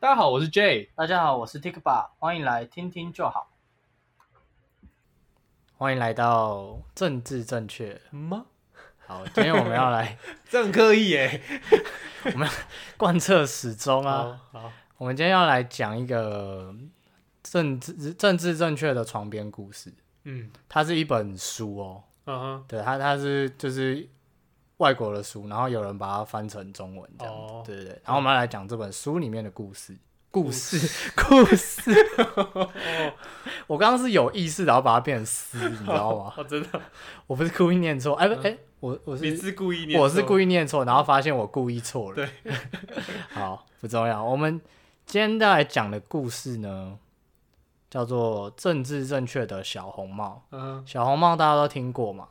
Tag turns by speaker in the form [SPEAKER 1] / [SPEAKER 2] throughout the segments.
[SPEAKER 1] 大家好，我是 J。
[SPEAKER 2] 大家好，我是 Tikba，欢迎来听听就好。欢迎来到政治正 确。
[SPEAKER 1] 嗯吗？
[SPEAKER 2] 好，今天我们要来
[SPEAKER 1] 这很刻意耶。
[SPEAKER 2] 贯彻始终啊。
[SPEAKER 1] 好，好，
[SPEAKER 2] 我们今天要来讲一个政治政治正确的床边故事，
[SPEAKER 1] 嗯，
[SPEAKER 2] 它是一本书哦。
[SPEAKER 1] 嗯
[SPEAKER 2] 对，它它是就是外国的书，然后有人把它翻成中文这样子。
[SPEAKER 1] 哦
[SPEAKER 2] 对对对。然后我们要来讲这本书里面的故事。故事，故 事。 我刚刚是有意识，然后把它变成诗，你知道吗
[SPEAKER 1] 哼，？哦，真的，
[SPEAKER 2] 我不是故意念错，哎、不，哎、我我
[SPEAKER 1] 你
[SPEAKER 2] 是
[SPEAKER 1] 是故意念错？
[SPEAKER 2] 我是故意念错，然后发现我故意错了。
[SPEAKER 1] 对，
[SPEAKER 2] 好，不重要。我们今天要来讲的故事呢，叫做《政治正确的小红帽》。
[SPEAKER 1] 嗯哼，
[SPEAKER 2] 小红帽大家都听过嘛？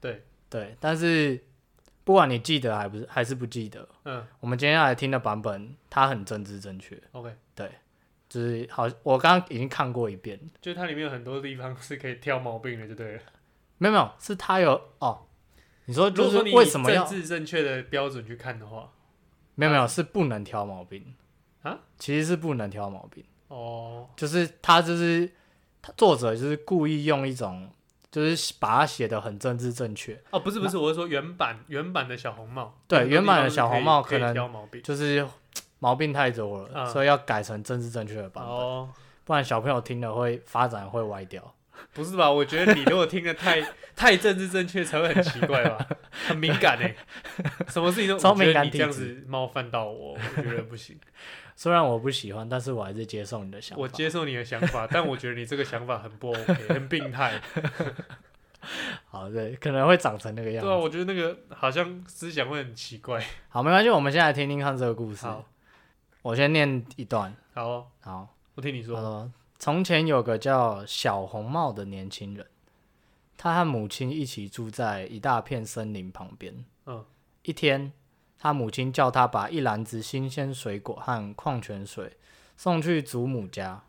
[SPEAKER 1] 对，
[SPEAKER 2] 对，但是不管你记得还不是还是不记得，
[SPEAKER 1] 嗯
[SPEAKER 2] 我们今天要来听的版本，它很政治正确。
[SPEAKER 1] ，OK，
[SPEAKER 2] 对，就是好，我刚刚已经看过一遍，
[SPEAKER 1] 就是它里面有很多地方是可以挑毛病的，就对了。
[SPEAKER 2] 没有没有，是它有哦。你说
[SPEAKER 1] 如
[SPEAKER 2] 就
[SPEAKER 1] 果
[SPEAKER 2] 是
[SPEAKER 1] 说你以
[SPEAKER 2] 为什么要
[SPEAKER 1] 政治正确的标准去看的话，
[SPEAKER 2] 没有没有，是不能挑毛病
[SPEAKER 1] 啊，
[SPEAKER 2] 其实是不能挑毛病，
[SPEAKER 1] 哦，
[SPEAKER 2] 就是他就是他作者就是故意用一种就是把它写的很政治正确，
[SPEAKER 1] 哦，不是不是，我是说原版原版的小红帽，
[SPEAKER 2] 对
[SPEAKER 1] 很多
[SPEAKER 2] 原版
[SPEAKER 1] 地方
[SPEAKER 2] 的
[SPEAKER 1] 是
[SPEAKER 2] 小红帽
[SPEAKER 1] 可以
[SPEAKER 2] 可
[SPEAKER 1] 可
[SPEAKER 2] 能
[SPEAKER 1] 以挑毛病。
[SPEAKER 2] 就是嘖毛病太多了，
[SPEAKER 1] 嗯
[SPEAKER 2] 所以要改成政治正确的版本，
[SPEAKER 1] 哦，
[SPEAKER 2] 不然小朋友听了会发展会歪掉。
[SPEAKER 1] 不是吧？我觉得你如果听得太太政治正确，才会很奇怪吧，很敏感哎、什么事情都
[SPEAKER 2] 超
[SPEAKER 1] 我觉
[SPEAKER 2] 敏
[SPEAKER 1] 得
[SPEAKER 2] 感
[SPEAKER 1] 你
[SPEAKER 2] 体
[SPEAKER 1] 这样
[SPEAKER 2] 质
[SPEAKER 1] 子冒犯到我，我觉得不 行。
[SPEAKER 2] 虽然我不喜欢，但是我还是接受你的想法。
[SPEAKER 1] 我接受你的想法，但我觉得你这个想法很不 OK，很病态。
[SPEAKER 2] 好，对，可能会长成那个样
[SPEAKER 1] 对啊，
[SPEAKER 2] 子。
[SPEAKER 1] 我觉得那个好像思想会很奇怪。
[SPEAKER 2] 好，没关系，我们先来听听看这个故事。
[SPEAKER 1] 好，
[SPEAKER 2] 我先念一段。
[SPEAKER 1] 好哦，
[SPEAKER 2] 好，
[SPEAKER 1] 我听你
[SPEAKER 2] 他
[SPEAKER 1] 说。
[SPEAKER 2] 说从前有个叫小红帽的年轻人，他和母亲一起住在一大片森林旁边。
[SPEAKER 1] 嗯，
[SPEAKER 2] 一天，他母亲叫他把一篮子新鲜水果和矿泉水送去祖母家。哦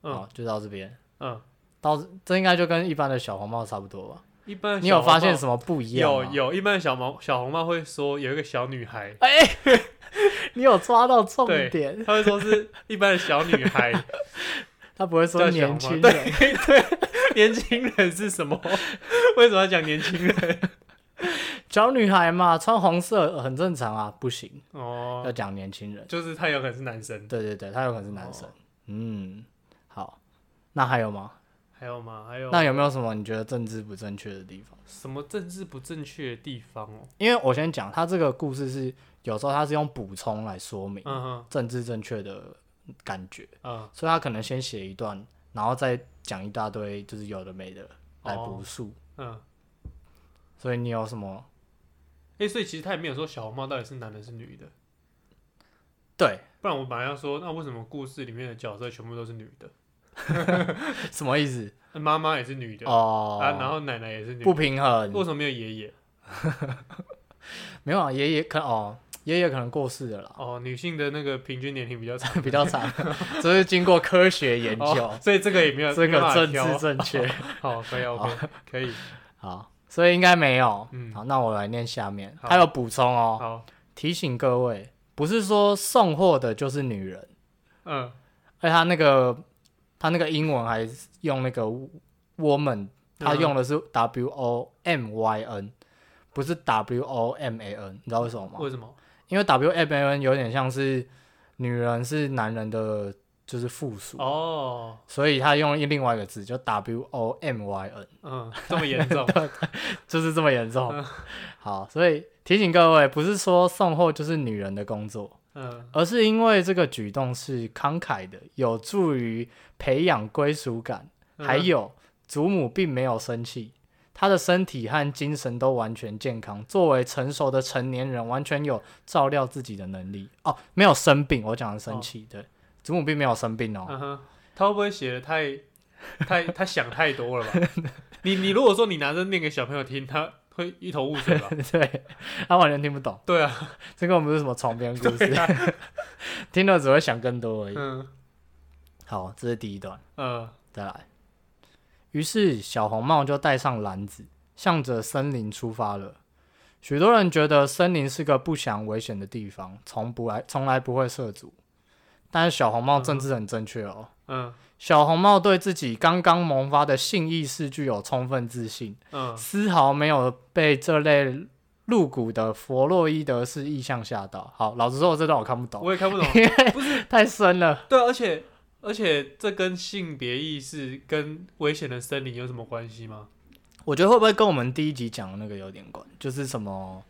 [SPEAKER 1] 嗯
[SPEAKER 2] 好，就到这边。
[SPEAKER 1] 嗯，
[SPEAKER 2] 到这应该就跟一般的小红帽差不多吧？
[SPEAKER 1] 一般的
[SPEAKER 2] 你有
[SPEAKER 1] 小红
[SPEAKER 2] 发现
[SPEAKER 1] 帽
[SPEAKER 2] 什么不一样
[SPEAKER 1] 有
[SPEAKER 2] 吗？哎
[SPEAKER 1] 有，一般的小毛小红帽会说有一个小女孩，
[SPEAKER 2] 你有抓到重
[SPEAKER 1] 对
[SPEAKER 2] 点，
[SPEAKER 1] 她会说是一般的小女 孩，
[SPEAKER 2] 他不会说
[SPEAKER 1] 叫小红
[SPEAKER 2] 年
[SPEAKER 1] 帽
[SPEAKER 2] 轻人。
[SPEAKER 1] 对对，年轻人是什么？ 为什么要讲年轻人？
[SPEAKER 2] 小女孩嘛，穿红色很正常啊，不行，要
[SPEAKER 1] 哦，
[SPEAKER 2] 讲年轻人。
[SPEAKER 1] 就是他有可能是男生。
[SPEAKER 2] 对对对，他有可能是男生。
[SPEAKER 1] 哦
[SPEAKER 2] 嗯，好，那还有吗？
[SPEAKER 1] 还有吗？还有
[SPEAKER 2] 那有没有什么你觉得政治不正确的地方？
[SPEAKER 1] 什么政治不正确的地方哦？
[SPEAKER 2] 因为我先讲，他这个故事是有时候他是用补充来说明
[SPEAKER 1] 嗯哼，
[SPEAKER 2] 政治正确的感觉，
[SPEAKER 1] 嗯，
[SPEAKER 2] 所以他可能先写一段，然后再讲一大堆就是有的没的来
[SPEAKER 1] 哦
[SPEAKER 2] 补述。
[SPEAKER 1] 嗯，
[SPEAKER 2] 所以你有什么？
[SPEAKER 1] 哎、所以其实他也没有说小红帽到底是男的是女的，
[SPEAKER 2] 对，
[SPEAKER 1] 不然我本来要说，那为什么故事里面的角色全部都是女的？
[SPEAKER 2] 什么意思？
[SPEAKER 1] 呃妈妈也是女的、
[SPEAKER 2] 哦，
[SPEAKER 1] 啊，然后奶奶也是女
[SPEAKER 2] 不
[SPEAKER 1] 的，
[SPEAKER 2] 平衡
[SPEAKER 1] 为，什么没有爷爷？
[SPEAKER 2] 没有啊，爷爷可哦，爷爷可能过世了啦，
[SPEAKER 1] 哦，女性的那个平均年龄比较长，
[SPEAKER 2] 比较惨， 这是经过科学研究
[SPEAKER 1] 哦，，所哦以这个也没有
[SPEAKER 2] 这
[SPEAKER 1] 没有
[SPEAKER 2] 个
[SPEAKER 1] 办法
[SPEAKER 2] 政
[SPEAKER 1] 挑
[SPEAKER 2] 治正确。
[SPEAKER 1] 好，可以 OK，可以，
[SPEAKER 2] 好，所以应该没有。
[SPEAKER 1] 嗯
[SPEAKER 2] 好，那我来念下面，
[SPEAKER 1] 好
[SPEAKER 2] 他有补充哦，
[SPEAKER 1] 好，
[SPEAKER 2] 提醒各位，不是说送货的就是女人，
[SPEAKER 1] 嗯，
[SPEAKER 2] 而他那个他那个英文还用那个
[SPEAKER 1] 嗯
[SPEAKER 2] woman，他用的是 W O M Y N，不是 W O M A N，你知道为什么吗？
[SPEAKER 1] 为什么？
[SPEAKER 2] 因为 W M A N 有点像是女人是男人的就是附属，
[SPEAKER 1] 哦，
[SPEAKER 2] 所以他用另外一个字就 W O M Y N。
[SPEAKER 1] 嗯，这么严 重，
[SPEAKER 2] 就是这么严重。好，所以提醒各位，不是说送货就是女人的工作，
[SPEAKER 1] 嗯，
[SPEAKER 2] 而是因为这个举动是慷慨的，有助于培养归属感。
[SPEAKER 1] 嗯
[SPEAKER 2] 还有，祖母并没有生气，她的身体和精神都完全健康，作为成熟的成年人，完全有照料自己的能力。哦，没有生病，我讲的生气，
[SPEAKER 1] 哦
[SPEAKER 2] 对，祖母并没有生病哦。
[SPEAKER 1] 嗯哼，他会不会写的太 太他想太多了吧？你你如果说你拿着念给小朋友听，他会一头雾水 吧？
[SPEAKER 2] 对，她完全听不懂，
[SPEAKER 1] 对啊，
[SPEAKER 2] 这根本不是什么床边故
[SPEAKER 1] 对
[SPEAKER 2] 事，
[SPEAKER 1] 啊，
[SPEAKER 2] 听了只会想更多而已。
[SPEAKER 1] 嗯
[SPEAKER 2] 好，这是第一段，
[SPEAKER 1] 嗯
[SPEAKER 2] 再来。于是小红帽就带上篮子，向着森林出发了。许多人觉得森林是个不祥危险的地方，从不来从来不会涉足。但是小红帽政治很正确哦。
[SPEAKER 1] 嗯
[SPEAKER 2] 小红帽对自己刚刚萌发的性意识具有充分自信，
[SPEAKER 1] 嗯
[SPEAKER 2] 丝毫没有被这类露骨的弗洛伊德式意向吓到。好，老实说，我这段我看不懂，
[SPEAKER 1] 我也看 不懂。
[SPEAKER 2] 因为
[SPEAKER 1] 不是
[SPEAKER 2] 太深了。
[SPEAKER 1] 对啊，而且而且这跟性别意识跟危险的森林有什么关系吗？
[SPEAKER 2] 我觉得会不会跟我们第一集讲的那个有点关？就是什么，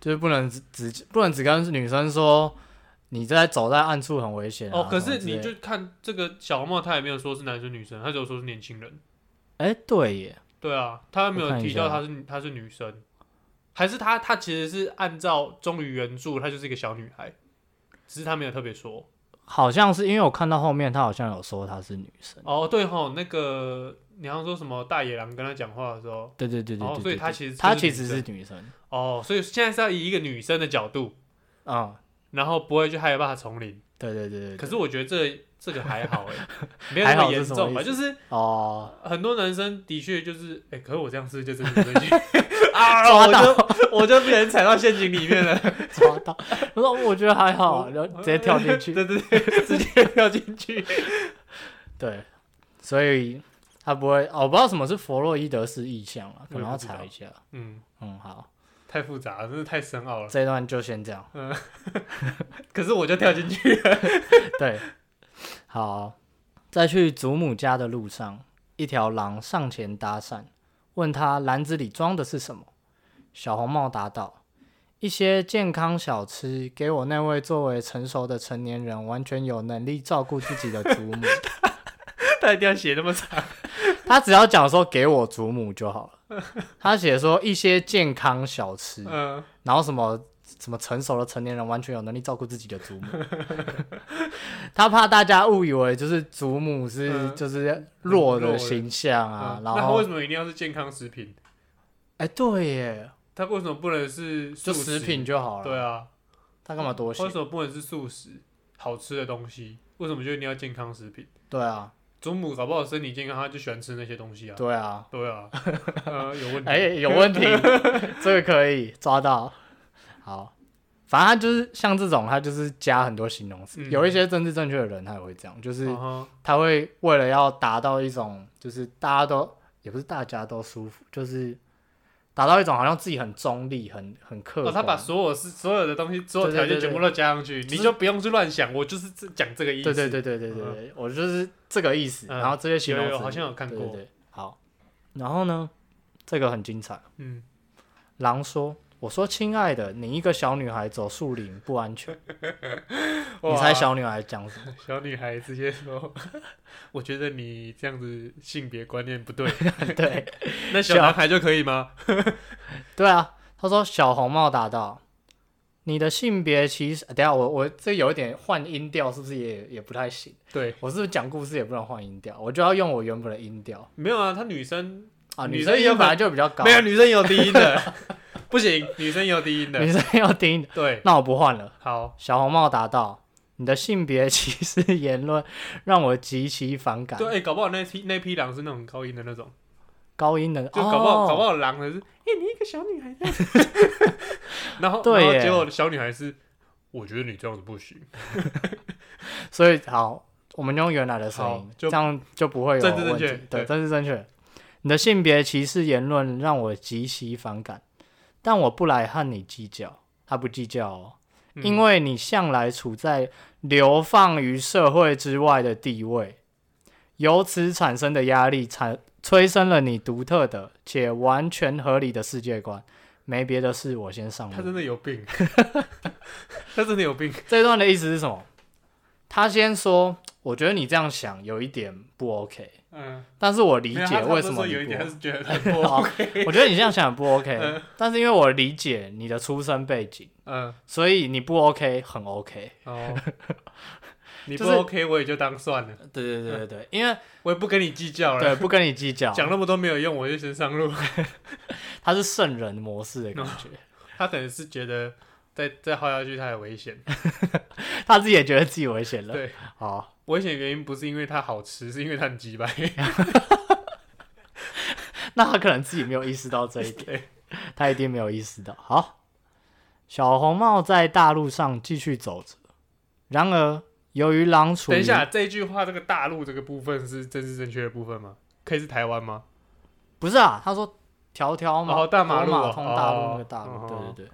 [SPEAKER 2] 就是不能只只不能只跟女生说你在走在暗处很危险、啊、
[SPEAKER 1] 哦，可
[SPEAKER 2] 什么
[SPEAKER 1] 是
[SPEAKER 2] 之类
[SPEAKER 1] 你
[SPEAKER 2] 的
[SPEAKER 1] 就看这个小红帽，他也没有说是男生女生，他只有说是年轻人。
[SPEAKER 2] 哎、对耶，
[SPEAKER 1] 对啊，他没
[SPEAKER 2] 我
[SPEAKER 1] 有
[SPEAKER 2] 看一
[SPEAKER 1] 提到
[SPEAKER 2] 下
[SPEAKER 1] 她是她是女生，还是她她其实是按照忠于原著，她就是一个小女孩，只是她没有特别说。
[SPEAKER 2] 好像是因为我看到后面他好像有说她是女生。
[SPEAKER 1] 哦，对吼，那个你好像说什么大野狼跟她讲话的时候，
[SPEAKER 2] 对对对对对
[SPEAKER 1] 哦，所以
[SPEAKER 2] 对
[SPEAKER 1] 她
[SPEAKER 2] 对
[SPEAKER 1] 其实
[SPEAKER 2] 她
[SPEAKER 1] 就是
[SPEAKER 2] 其
[SPEAKER 1] 女
[SPEAKER 2] 实
[SPEAKER 1] 生
[SPEAKER 2] 是女生。
[SPEAKER 1] 哦，所以现在是要以一个女生的角度，
[SPEAKER 2] 嗯，
[SPEAKER 1] 然后不会去害怕丛林。
[SPEAKER 2] 对对对对。
[SPEAKER 1] 可
[SPEAKER 2] 是
[SPEAKER 1] 是我觉得这这个还好 哎、没有
[SPEAKER 2] 还
[SPEAKER 1] 那
[SPEAKER 2] 好
[SPEAKER 1] 么
[SPEAKER 2] 是
[SPEAKER 1] 严
[SPEAKER 2] 什么
[SPEAKER 1] 重
[SPEAKER 2] 意
[SPEAKER 1] 吧？
[SPEAKER 2] 思
[SPEAKER 1] 就是
[SPEAKER 2] 哦，
[SPEAKER 1] 很多男生的确就是，哎、可是我这样是不是就真的不 对劲啊？
[SPEAKER 2] 抓
[SPEAKER 1] 我
[SPEAKER 2] 到
[SPEAKER 1] 就我就被人踩到陷阱里面了。
[SPEAKER 2] 抓到。我说我觉得还好啊，
[SPEAKER 1] 我
[SPEAKER 2] 然后 直接跳进 去。
[SPEAKER 1] 对对对，直接跳进 去。
[SPEAKER 2] 对，所以他不会。哦，我不知道什么是弗洛伊德式意向啊，可
[SPEAKER 1] 我也
[SPEAKER 2] 能
[SPEAKER 1] 不
[SPEAKER 2] 要
[SPEAKER 1] 知道
[SPEAKER 2] 查一下。
[SPEAKER 1] 嗯，
[SPEAKER 2] 嗯，好，
[SPEAKER 1] 太复杂了，真是太深奥了。
[SPEAKER 2] 这一段就先这样。
[SPEAKER 1] 可是我就跳进 去了。
[SPEAKER 2] 对，好，在去祖母家的路上，一条狼上前搭讪，问他篮子里装的是什么。小红帽答道：“一些健康小吃，给我那位作为成熟的成年人，完全有能力照顾自己的祖母。
[SPEAKER 1] 他一定要写那么长。
[SPEAKER 2] 他只要讲说给我祖母就好了。他写说一些健康小吃，
[SPEAKER 1] 嗯，
[SPEAKER 2] 然后什么什么成熟的成年人完全有能力照顾自己的祖母， 他怕大家误以为就是祖母是、
[SPEAKER 1] 嗯
[SPEAKER 2] 就是弱
[SPEAKER 1] 弱
[SPEAKER 2] 的
[SPEAKER 1] 的
[SPEAKER 2] 形象啊，
[SPEAKER 1] 嗯
[SPEAKER 2] 然
[SPEAKER 1] 那他为
[SPEAKER 2] 后
[SPEAKER 1] 什么一定要是健康食品？
[SPEAKER 2] 哎、对耶，
[SPEAKER 1] 他为什么不能是
[SPEAKER 2] 就
[SPEAKER 1] 素
[SPEAKER 2] 食
[SPEAKER 1] 食？
[SPEAKER 2] 品就好了，
[SPEAKER 1] 对啊，
[SPEAKER 2] 他干嘛多写
[SPEAKER 1] 为？什么不能是素食？好吃的东西，为什么就一定要健康食品？
[SPEAKER 2] 对啊，
[SPEAKER 1] 祖母搞不好身体健康，她就喜欢吃那些东西啊。
[SPEAKER 2] 对啊，
[SPEAKER 1] 对 啊，呃，有问题。
[SPEAKER 2] 哎、有 问题，这个可以抓到，好。反正他就是像这种，他就是加很多形容词。
[SPEAKER 1] 嗯
[SPEAKER 2] 有一些政治正确的人，他也会这样，就是
[SPEAKER 1] 嗯哼
[SPEAKER 2] 他会为了要达到一种，就是大家都也不是大家都舒服，就是达到一种好像自己很中立、很很客
[SPEAKER 1] 哦，
[SPEAKER 2] 观。
[SPEAKER 1] 他把所有事、所有的东西、所有条
[SPEAKER 2] 对对
[SPEAKER 1] 件
[SPEAKER 2] 对
[SPEAKER 1] 全部都加上去，
[SPEAKER 2] 是
[SPEAKER 1] 你就不用去乱想。我就是这讲这个意思。
[SPEAKER 2] 对对对对对对对，我就是这个意思。
[SPEAKER 1] 嗯
[SPEAKER 2] 然后这些形容
[SPEAKER 1] 有有
[SPEAKER 2] 词
[SPEAKER 1] 有好像有看过
[SPEAKER 2] 对对对好，然后呢，这个很精彩。
[SPEAKER 1] 嗯，
[SPEAKER 2] 狼说：“我说亲爱的，你一个小女孩走树林不安全。你
[SPEAKER 1] 哇
[SPEAKER 2] 猜小女孩讲什么？
[SPEAKER 1] 小女孩直接说：“ 我觉得你这样子性别观念不对。
[SPEAKER 2] 对”
[SPEAKER 1] 那小男孩就可以吗？
[SPEAKER 2] 对啊，他说小红帽答道：“你的性别歧视。”等一下我我这有一点换音调，是不是也也不太行？
[SPEAKER 1] 对，
[SPEAKER 2] 我是不是讲故事也不能换音调？我就要用我原本的音调
[SPEAKER 1] 没有啊，他女生
[SPEAKER 2] 啊。
[SPEAKER 1] 女
[SPEAKER 2] 女
[SPEAKER 1] 生
[SPEAKER 2] 生
[SPEAKER 1] 也有
[SPEAKER 2] 音
[SPEAKER 1] 可
[SPEAKER 2] 本来就比较高，
[SPEAKER 1] 没有女生有低音 的，不行，女生有低音的
[SPEAKER 2] 女。生要听。
[SPEAKER 1] 对，
[SPEAKER 2] 那我不换了。
[SPEAKER 1] 好，
[SPEAKER 2] 小红帽答道：“你的性别歧视言论让我极其反感
[SPEAKER 1] 对，。哎、搞不好那批那批狼是那种高音的那种，
[SPEAKER 2] 高音的，
[SPEAKER 1] 就搞不好、
[SPEAKER 2] 哦
[SPEAKER 1] 搞不好狼的是，哎、你一个小女孩， 然后
[SPEAKER 2] 对
[SPEAKER 1] 然后
[SPEAKER 2] 耶
[SPEAKER 1] 结果小女孩是，我觉得你这样子不行，
[SPEAKER 2] 所以好，我们用原来的声
[SPEAKER 1] 好
[SPEAKER 2] 音，
[SPEAKER 1] 就
[SPEAKER 2] 这样就不会有
[SPEAKER 1] 政治正
[SPEAKER 2] 问题
[SPEAKER 1] 确
[SPEAKER 2] 对，
[SPEAKER 1] 对
[SPEAKER 2] 政治正确。你的性别歧视言论让我极其反感，但我不来和你计较。他不计较哦，
[SPEAKER 1] 嗯
[SPEAKER 2] 因为你向来处在流放于社会之外的地位，由此产生的压力产催生了你独特的且完全合理的世界观。没别的事，我先上
[SPEAKER 1] 他
[SPEAKER 2] 路
[SPEAKER 1] 真。的有 病，他真的有病，
[SPEAKER 2] 这一段的意思是什么？他先说，我觉得你这样想有一点不 OK，
[SPEAKER 1] 嗯。
[SPEAKER 2] 但是我理
[SPEAKER 1] 没有
[SPEAKER 2] 解
[SPEAKER 1] 他
[SPEAKER 2] 为
[SPEAKER 1] 他
[SPEAKER 2] 什
[SPEAKER 1] 不是
[SPEAKER 2] 么
[SPEAKER 1] 说有一
[SPEAKER 2] 你
[SPEAKER 1] 点
[SPEAKER 2] 不
[SPEAKER 1] 他
[SPEAKER 2] 哦
[SPEAKER 1] 是觉得很不
[SPEAKER 2] 好
[SPEAKER 1] OK，
[SPEAKER 2] 我觉得你这样想不 OK，、
[SPEAKER 1] 嗯
[SPEAKER 2] 但是因为我理解你的出身背景，
[SPEAKER 1] 嗯，
[SPEAKER 2] 所以你不 OK 很 OK。
[SPEAKER 1] 哦，你不
[SPEAKER 2] 就是
[SPEAKER 1] OK 我也就当算了，
[SPEAKER 2] 对对对对对，嗯 因为
[SPEAKER 1] 我也不跟你计较
[SPEAKER 2] 对
[SPEAKER 1] 了，
[SPEAKER 2] 不跟你计较，
[SPEAKER 1] 讲那么多没有用，我就先上路。
[SPEAKER 2] 他是圣人模式的
[SPEAKER 1] 嗯
[SPEAKER 2] 感觉，
[SPEAKER 1] 他可能是觉得再再耗下去他有危险，
[SPEAKER 2] 他自己也觉得自己危险了。
[SPEAKER 1] 对，
[SPEAKER 2] 好，
[SPEAKER 1] 危险原因不是因为它好吃，是因为它很鸡掰。
[SPEAKER 2] 那他可能自己没有意识到这一点，
[SPEAKER 1] 对，
[SPEAKER 2] 他一定没有意识到。好，小红帽在大路上继续走着，然而由于狼 处于
[SPEAKER 1] 等一下，这一句话这个大陆这个部分是政治正确的部分吗？可以是台湾吗？
[SPEAKER 2] 不是啊，他说条条马、
[SPEAKER 1] 哦大马路哦
[SPEAKER 2] 通大陆那个大
[SPEAKER 1] 哦
[SPEAKER 2] 陆，
[SPEAKER 1] 哦
[SPEAKER 2] 对
[SPEAKER 1] 哦
[SPEAKER 2] 对对。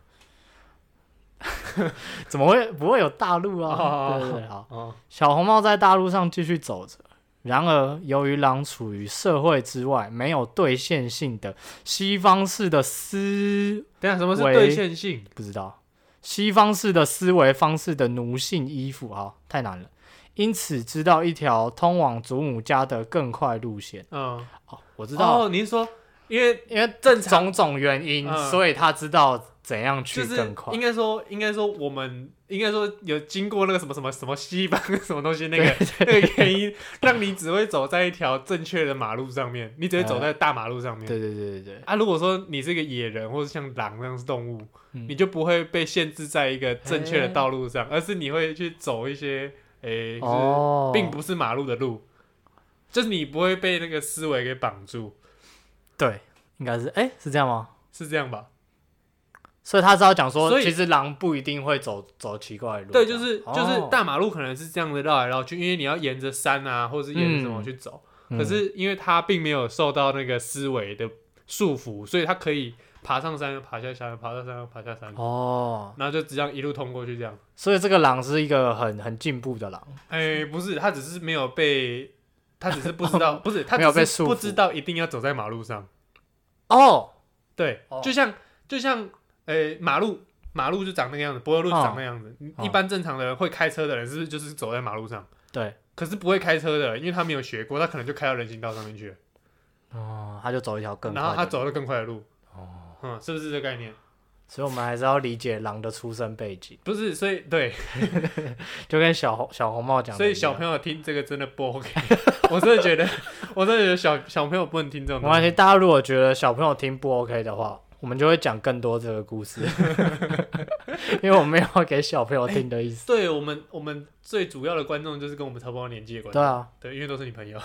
[SPEAKER 2] 怎么会不会有大陆啊？
[SPEAKER 1] 哦
[SPEAKER 2] 对对对，好。
[SPEAKER 1] 哦，
[SPEAKER 2] 小红帽在大陆上继续走着。然而，由于狼处于社会之外，没有兑现性的西方式的思
[SPEAKER 1] 等一下什么是
[SPEAKER 2] 喂
[SPEAKER 1] 对称性？
[SPEAKER 2] 不知道西方式的思维方式的奴性依附，哈，太难了。因此，知道一条通往祖母家的更快路线。
[SPEAKER 1] 嗯，
[SPEAKER 2] 哦，我知
[SPEAKER 1] 知
[SPEAKER 2] 道了，
[SPEAKER 1] 哦，您说，因为
[SPEAKER 2] 因为
[SPEAKER 1] 正常
[SPEAKER 2] 种种原因，
[SPEAKER 1] 嗯
[SPEAKER 2] 所以他知道怎样去
[SPEAKER 1] 就是
[SPEAKER 2] 更快。
[SPEAKER 1] 应该说，应该说我们应该说有经过那个什么什么什么西方什么东西那个那个原因，让你只会走在一条正确的马路上面，你只会走在大马路上面。
[SPEAKER 2] 对对对对对，
[SPEAKER 1] 啊，如果说你是一个野人或者像狼那样是动物，
[SPEAKER 2] 嗯
[SPEAKER 1] 你就不会被限制在一个正确的道路上，而是你会去走一些诶、就是
[SPEAKER 2] 哦，
[SPEAKER 1] 并不是马路的路，就是你不会被那个思维给绑住，
[SPEAKER 2] 对，应该是哎、是这样吗？
[SPEAKER 1] 是这样吧？
[SPEAKER 2] 所以他是要讲说，
[SPEAKER 1] 所以
[SPEAKER 2] 其实狼不一定会走走奇怪的路。
[SPEAKER 1] 对，
[SPEAKER 2] 这
[SPEAKER 1] 就
[SPEAKER 2] 样
[SPEAKER 1] 是
[SPEAKER 2] 哦
[SPEAKER 1] 就是大马路可能是这样的绕来绕去，因为你要沿着山啊，或是沿着什么
[SPEAKER 2] 嗯
[SPEAKER 1] 去走。
[SPEAKER 2] 嗯
[SPEAKER 1] 可是因为它并没有受到那个思维的束缚，所以它可以爬上山，爬下山，爬上山，爬下山，
[SPEAKER 2] 哦，
[SPEAKER 1] 然后就这样一路通过去这样。
[SPEAKER 2] 所以这个狼是一个很很进步的狼。
[SPEAKER 1] 哎、不是，他只是没有被，他只是不知 道，不是他
[SPEAKER 2] 哦没有被
[SPEAKER 1] 只是
[SPEAKER 2] 束缚
[SPEAKER 1] 不知道一定要走在马路上。
[SPEAKER 2] 哦，
[SPEAKER 1] 对，
[SPEAKER 2] 哦
[SPEAKER 1] 就像就像哎、马路。马路就长那个样子，柏油路就长那样子。你
[SPEAKER 2] 哦
[SPEAKER 1] 一般正常的人会开车的人，是不是就是走在马路上？
[SPEAKER 2] 对，
[SPEAKER 1] 可是不会开车的，因为他没有学过，他可能就开到人行道上面去了，
[SPEAKER 2] 哦，他就走一条更
[SPEAKER 1] 然
[SPEAKER 2] 快的
[SPEAKER 1] 后
[SPEAKER 2] 路。
[SPEAKER 1] 他走了更快的路。哦，嗯，是不是这个概念？
[SPEAKER 2] 所以我们还是要理解狼的出生背景，
[SPEAKER 1] 不是，所以对，
[SPEAKER 2] 就跟小红小红帽讲
[SPEAKER 1] 所
[SPEAKER 2] 的一
[SPEAKER 1] 以
[SPEAKER 2] 样。
[SPEAKER 1] 小朋友听这个真的不 OK，我 真的觉得， 我真的觉得小小朋友不能听这种
[SPEAKER 2] 没
[SPEAKER 1] 东
[SPEAKER 2] 关
[SPEAKER 1] 西。
[SPEAKER 2] 系，大家如果觉得小朋友听不 OK 的话，我们就会讲更多这个 故事，因为我没有要给小朋友听的意思。
[SPEAKER 1] 对我们，我们最主要的观众就是跟我们差不多年纪的观
[SPEAKER 2] 对
[SPEAKER 1] 众，
[SPEAKER 2] 啊，
[SPEAKER 1] 对，因为都是你朋友，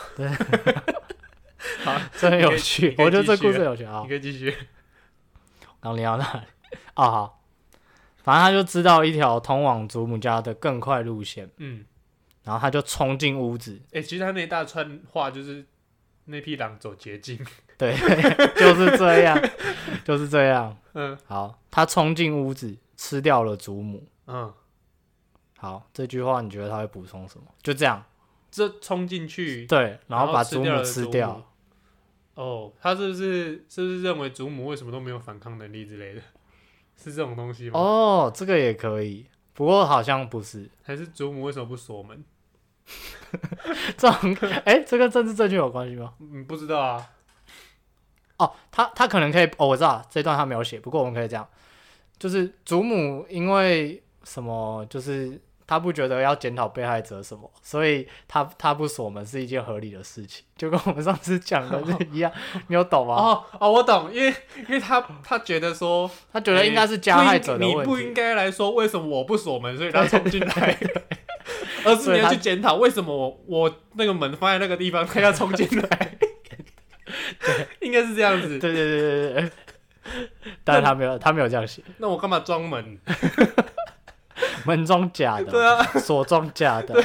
[SPEAKER 2] 这很有
[SPEAKER 1] 你
[SPEAKER 2] 趣，
[SPEAKER 1] 可以
[SPEAKER 2] 我觉得这
[SPEAKER 1] 继续
[SPEAKER 2] 故事很有趣啊
[SPEAKER 1] 你。可以继续。
[SPEAKER 2] 然后你要那里？哦好，反正他就知道一条通往祖母家的更快路线，
[SPEAKER 1] 嗯，
[SPEAKER 2] 然后他就冲进屋子，
[SPEAKER 1] 哎，其实他那一大串话就是那匹狼走捷径。
[SPEAKER 2] 对， 就是这 样，就是这样。
[SPEAKER 1] 嗯
[SPEAKER 2] 好，他冲进屋子，吃掉了祖母。
[SPEAKER 1] 嗯，
[SPEAKER 2] 好，这句话你觉得他会补充什么？就这样，
[SPEAKER 1] 这冲进去，
[SPEAKER 2] 对，然后把
[SPEAKER 1] 吃
[SPEAKER 2] 祖
[SPEAKER 1] 掉
[SPEAKER 2] 母
[SPEAKER 1] 了
[SPEAKER 2] 吃
[SPEAKER 1] 祖
[SPEAKER 2] 掉
[SPEAKER 1] 母。哦，他是不是是不是认为祖母为什么都没有反抗能力之类的？是这种东西吗？
[SPEAKER 2] 哦，这个也可以，不过好像不是
[SPEAKER 1] 还是祖母为什么不锁门？
[SPEAKER 2] 这种。哎、这跟政治正确有关系吗？
[SPEAKER 1] 嗯，不知道啊。
[SPEAKER 2] 哦，他他可能可以，哦，我知道这段他没有写，不过我们可以这样，就是祖母因为什么，就是他不觉得要检讨被害者什么，所以他他不锁门是一件合理的事情，就跟我们上次讲的是一样，你有懂吗？
[SPEAKER 1] 哦哦，我懂，因为因为他他觉得说，
[SPEAKER 2] 他觉得应该是加害者的
[SPEAKER 1] 你不应
[SPEAKER 2] 问
[SPEAKER 1] 你不应
[SPEAKER 2] 题，
[SPEAKER 1] 该来说为什么我不锁门，所以他冲进 来。而是
[SPEAKER 2] 所以
[SPEAKER 1] 你要
[SPEAKER 2] 他
[SPEAKER 1] 去检讨为什么我我那个门放在那个地方，他要冲进 来。应该是这样子。
[SPEAKER 2] 对对对对对对，但他没有他没有这样写，
[SPEAKER 1] 那我干嘛装门？
[SPEAKER 2] 门中假的，
[SPEAKER 1] 对啊，
[SPEAKER 2] 锁中假的，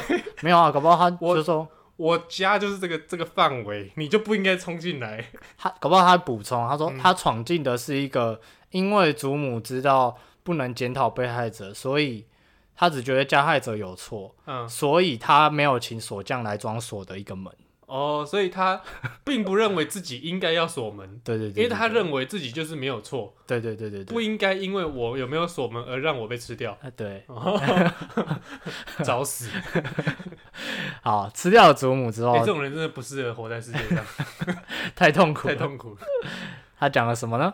[SPEAKER 2] 没有啊，搞不好他
[SPEAKER 1] 我
[SPEAKER 2] 就说
[SPEAKER 1] 我家就是这个这个范围，你就不应该冲进来。
[SPEAKER 2] 他搞不好他补充，他说
[SPEAKER 1] 嗯
[SPEAKER 2] 他闯进的是一个，因为祖母知道不能检讨被害者，所以他只觉得加害者有错，
[SPEAKER 1] 嗯，
[SPEAKER 2] 所以他没有请锁匠来装锁的一个门。
[SPEAKER 1] 哦，所以他并不认为自己应该要锁 门，
[SPEAKER 2] 对对对
[SPEAKER 1] 因为他
[SPEAKER 2] 对
[SPEAKER 1] 认为自己就是没有错，
[SPEAKER 2] 对对对对对，
[SPEAKER 1] 不应该因为我有没有锁门而让我被吃 掉，
[SPEAKER 2] 啊对，
[SPEAKER 1] 找死！
[SPEAKER 2] 好，吃掉了祖母之后
[SPEAKER 1] 哎，这种人真的不适合活在世界上，
[SPEAKER 2] 太痛 苦啊
[SPEAKER 1] 太
[SPEAKER 2] 了。
[SPEAKER 1] 痛苦了。
[SPEAKER 2] 他讲了什么呢？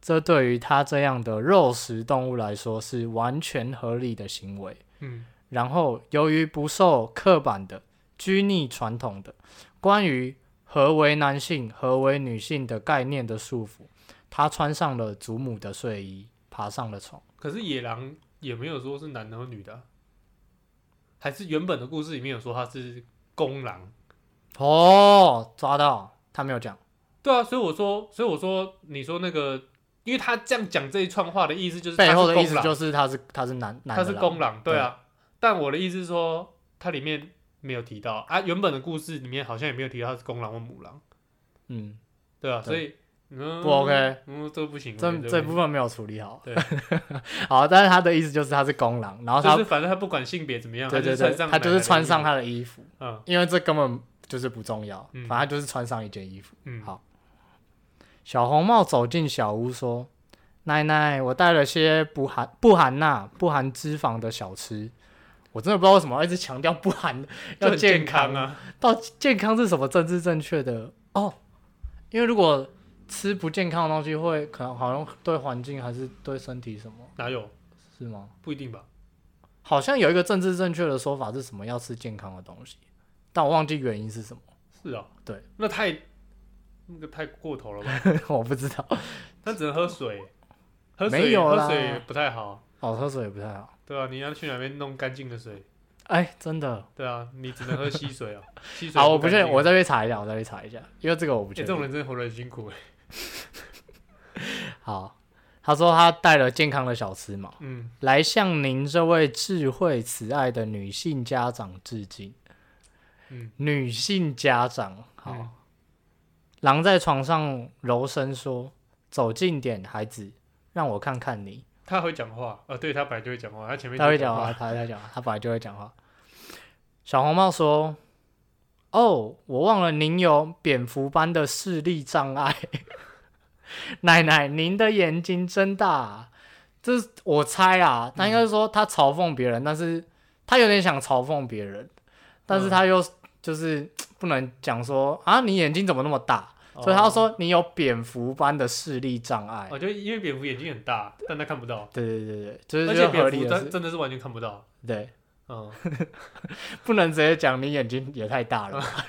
[SPEAKER 2] 这对于他这样的肉食动物来说是完全合理的行为。
[SPEAKER 1] 嗯，
[SPEAKER 2] 然后，由于不受刻板的、拘泥传统的关于何为男性、何为女性的概念的束缚，他穿上了祖母的睡衣，爬上了床。
[SPEAKER 1] 可是野狼也没有说是男的和女的啊，还是原本的故事里面有说他是公狼。
[SPEAKER 2] 哦，抓到！他没有讲，
[SPEAKER 1] 对啊，所以我说，所以我说，你说那个，因为他这样讲这一串话的意思就是他
[SPEAKER 2] 背
[SPEAKER 1] 是
[SPEAKER 2] 后的意
[SPEAKER 1] 公
[SPEAKER 2] 思
[SPEAKER 1] 狼
[SPEAKER 2] 就是他是他是男男
[SPEAKER 1] 他
[SPEAKER 2] 的
[SPEAKER 1] 是
[SPEAKER 2] 狼
[SPEAKER 1] 公狼，对啊。但我的意思是说，它里面没有提到啊，原本的故事里面好像也没有提到它是公狼或母狼，
[SPEAKER 2] 嗯，
[SPEAKER 1] 对吧、啊
[SPEAKER 2] 对
[SPEAKER 1] 所以嗯，
[SPEAKER 2] 不 OK
[SPEAKER 1] 嗯，这个不行，我
[SPEAKER 2] 这
[SPEAKER 1] 觉得
[SPEAKER 2] 这
[SPEAKER 1] 不
[SPEAKER 2] 部分没有处理好。
[SPEAKER 1] 对，
[SPEAKER 2] 好，但是他的意思就是他是公狼，然后
[SPEAKER 1] 行
[SPEAKER 2] 他
[SPEAKER 1] 就是反正他不管性别怎么样，
[SPEAKER 2] 对
[SPEAKER 1] 他
[SPEAKER 2] 对
[SPEAKER 1] 就
[SPEAKER 2] 对
[SPEAKER 1] 穿，上
[SPEAKER 2] 他就是穿上
[SPEAKER 1] 奶奶
[SPEAKER 2] 他的衣服，
[SPEAKER 1] 的衣服，
[SPEAKER 2] 因为这根本就是不重要，
[SPEAKER 1] 嗯
[SPEAKER 2] 反正他就是穿上一件衣服。
[SPEAKER 1] 嗯嗯，
[SPEAKER 2] 好小红帽走进小屋说：“奶奶，我带了些不含不含钠、不含脂肪的小吃。”我真的不知道为什么要一直强调不含
[SPEAKER 1] 就
[SPEAKER 2] 要
[SPEAKER 1] 很健
[SPEAKER 2] 健康，
[SPEAKER 1] 啊，
[SPEAKER 2] 到健康是什么政治正确的哦？因为如果吃不健康的东西会可能好像对环境还是对身体什么
[SPEAKER 1] 哪有
[SPEAKER 2] 是吗？
[SPEAKER 1] 不一定吧？
[SPEAKER 2] 好像有一个政治正确的说法是什么要吃健康的东西，但我忘记原因是什么，
[SPEAKER 1] 是啊，
[SPEAKER 2] 对，
[SPEAKER 1] 那太那个太过头了 吧？
[SPEAKER 2] 我不知道。
[SPEAKER 1] 他只能喝 水，喝水
[SPEAKER 2] 没有啦
[SPEAKER 1] 喝水不太好，
[SPEAKER 2] 哦，喝水也不太好。
[SPEAKER 1] 对啊，你要去哪边弄干净的水？
[SPEAKER 2] 哎，真的，
[SPEAKER 1] 对啊，你只能喝溪水 啊，溪水
[SPEAKER 2] 好，我不
[SPEAKER 1] 干
[SPEAKER 2] 确
[SPEAKER 1] 净啊。
[SPEAKER 2] 定，我再去查一下，我再去查一下，因为这个我不
[SPEAKER 1] 哎
[SPEAKER 2] 确
[SPEAKER 1] 这
[SPEAKER 2] 定。
[SPEAKER 1] 种人真的活得很辛苦哎。
[SPEAKER 2] 好，他说他带了健康的小吃嘛，
[SPEAKER 1] 嗯，
[SPEAKER 2] 来向您这位智慧慈爱的女性家长致敬。
[SPEAKER 1] 嗯，
[SPEAKER 2] 女性家长，好。
[SPEAKER 1] 嗯
[SPEAKER 2] 狼在床上柔声说：“走近点，孩子，让我看看你。”
[SPEAKER 1] 他会讲话，呃，对他本来就会讲话，他前面
[SPEAKER 2] 他会
[SPEAKER 1] 就
[SPEAKER 2] 讲话，
[SPEAKER 1] 话，
[SPEAKER 2] 他他讲话，他本来就会讲话。小红帽说：“哦，我忘了您有蝙蝠般的视力障碍， 奶奶，您的眼睛真大、啊。”这是我猜啊，他应
[SPEAKER 1] 嗯
[SPEAKER 2] 该是说他嘲讽别人，但是他有点想嘲讽别人，但
[SPEAKER 1] 嗯
[SPEAKER 2] 是他又就是不能讲说啊，你眼睛怎么那么大？所以他说你有蝙蝠般的视力障碍。
[SPEAKER 1] 哦哦，就因为蝙蝠眼睛很大，但他看不到，
[SPEAKER 2] 对对对对，就是
[SPEAKER 1] 而
[SPEAKER 2] 就
[SPEAKER 1] 且
[SPEAKER 2] 是合
[SPEAKER 1] 蝙
[SPEAKER 2] 理
[SPEAKER 1] 蝠
[SPEAKER 2] 的
[SPEAKER 1] 真
[SPEAKER 2] 是，
[SPEAKER 1] 真的是完全看不到。
[SPEAKER 2] 对。
[SPEAKER 1] 嗯，
[SPEAKER 2] 不能直接讲你眼睛也太 大
[SPEAKER 1] 哦
[SPEAKER 2] 了吧。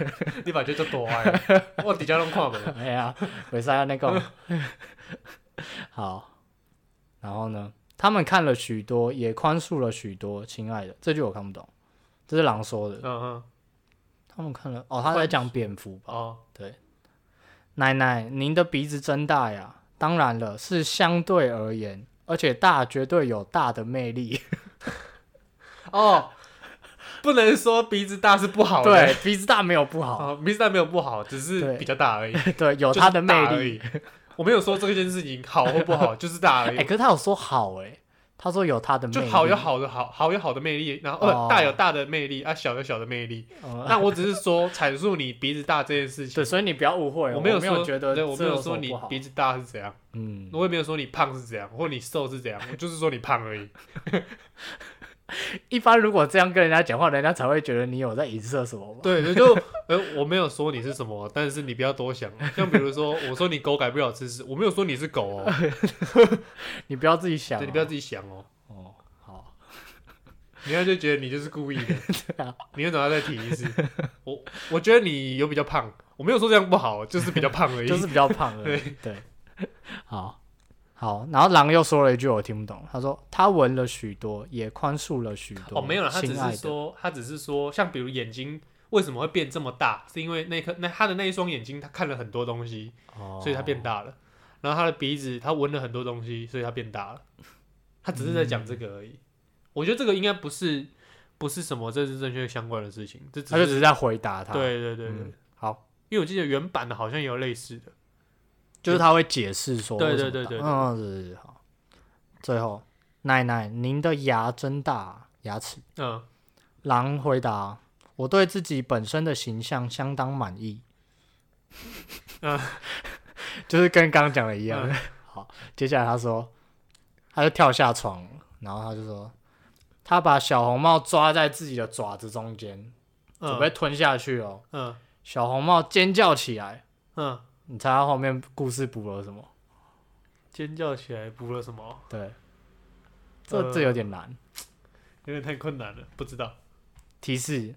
[SPEAKER 1] 你把这就躲哎， 我底下拢看不到。
[SPEAKER 2] 哎呀，维塞亚那个。 好，然后呢？他们看了许多，也宽恕了许多。亲爱的，这句我看不懂，这是狼说的
[SPEAKER 1] 嗯。嗯，
[SPEAKER 2] 他们看了，哦，他在讲蝙蝠吧？
[SPEAKER 1] 哦，
[SPEAKER 2] 奶奶，您的鼻子真大呀！当然了，是相对而言，而且大绝对有大的魅力。
[SPEAKER 1] 哦，不能说鼻子大是不好的，
[SPEAKER 2] 对，鼻子大没有不好，
[SPEAKER 1] 啊，鼻子大没有不好，只是
[SPEAKER 2] 对
[SPEAKER 1] 比较大而已，
[SPEAKER 2] 对，有它的
[SPEAKER 1] 就是大
[SPEAKER 2] 魅
[SPEAKER 1] 而
[SPEAKER 2] 力。
[SPEAKER 1] 已。我没有说这件事情好或不 好，就是大而
[SPEAKER 2] 哎、
[SPEAKER 1] 已。
[SPEAKER 2] 可是他有说好哎、他说有他的魅
[SPEAKER 1] 就
[SPEAKER 2] 力。
[SPEAKER 1] 好有好的好，好有好的魅力，然后呃
[SPEAKER 2] 哦
[SPEAKER 1] 大有大的魅力，啊小有小的魅力。
[SPEAKER 2] 嗯
[SPEAKER 1] 那我只是说阐述你鼻子大这件事情
[SPEAKER 2] 对，，所以你不要误会哦，
[SPEAKER 1] 我
[SPEAKER 2] 没
[SPEAKER 1] 有
[SPEAKER 2] 没有
[SPEAKER 1] 说，
[SPEAKER 2] 觉得
[SPEAKER 1] 对我没
[SPEAKER 2] 这
[SPEAKER 1] 有
[SPEAKER 2] 有
[SPEAKER 1] 说
[SPEAKER 2] 什么
[SPEAKER 1] 你
[SPEAKER 2] 不好
[SPEAKER 1] 鼻子大是怎样，
[SPEAKER 2] 嗯，
[SPEAKER 1] 我也没有说你胖是怎样，或你瘦是怎样，我就是说你胖 而已。
[SPEAKER 2] 一般如果这样跟人家讲话，人家才会觉得你有在影射什么吧？
[SPEAKER 1] 对，所以就呃，我没有说你是什么，但是你不要多想。像比如说，我说你狗改不了吃屎，我没有说你是狗 哦，
[SPEAKER 2] 你不要自己想、啊
[SPEAKER 1] 对，你不要自己想哦，
[SPEAKER 2] 哦，好，
[SPEAKER 1] 人家就觉得你就是故意的。
[SPEAKER 2] 对啊
[SPEAKER 1] 你为什么要再提一次？我我觉得你有比较胖，我没有说这样不好，就是比较胖而已。
[SPEAKER 2] 就是比较胖而已。对， 好好，然后狼又说了一句我听不懂，他说他闻了许多，也宽恕了许多。
[SPEAKER 1] 哦，没有了，他只
[SPEAKER 2] 亲爱
[SPEAKER 1] 是
[SPEAKER 2] 的，
[SPEAKER 1] 说，他只是说，像比如眼睛为什么会变这么大，是因为那颗那他的那一双眼睛，他看了很多东西，
[SPEAKER 2] 哦
[SPEAKER 1] 所以他变大了。然后他的鼻子，他闻了很多东西，所以他变大了。他只是在讲这个
[SPEAKER 2] 嗯
[SPEAKER 1] 而已。我觉得这个应该不是不是什么政治正确相关的事情，这只
[SPEAKER 2] 他就是只是在回答他。，
[SPEAKER 1] 对对对对，
[SPEAKER 2] 嗯好，
[SPEAKER 1] 因为我记得原版的好像也有类似的。
[SPEAKER 2] 就是他会解释说
[SPEAKER 1] 对
[SPEAKER 2] 为什么
[SPEAKER 1] 对对对
[SPEAKER 2] 大嗯，对对对，好。最后，奶奶，您的牙真大啊，牙齿。
[SPEAKER 1] 嗯，
[SPEAKER 2] 狼回答：“我对自己本身的形象相当满意。”
[SPEAKER 1] 嗯，
[SPEAKER 2] 就是跟刚刚讲的一样。
[SPEAKER 1] 嗯
[SPEAKER 2] 好，接下来他说，他就跳下床，然后他就说，他把小红帽抓在自己的爪子中间，
[SPEAKER 1] 嗯
[SPEAKER 2] 准备吞下去哦。
[SPEAKER 1] 嗯
[SPEAKER 2] 小红帽尖叫起来，
[SPEAKER 1] 嗯，
[SPEAKER 2] 你猜他后面故事补了什么？
[SPEAKER 1] 尖叫起来补了什么？
[SPEAKER 2] 对，这
[SPEAKER 1] 呃
[SPEAKER 2] 这有点难。
[SPEAKER 1] 有点太困难了，不知道。
[SPEAKER 2] 提示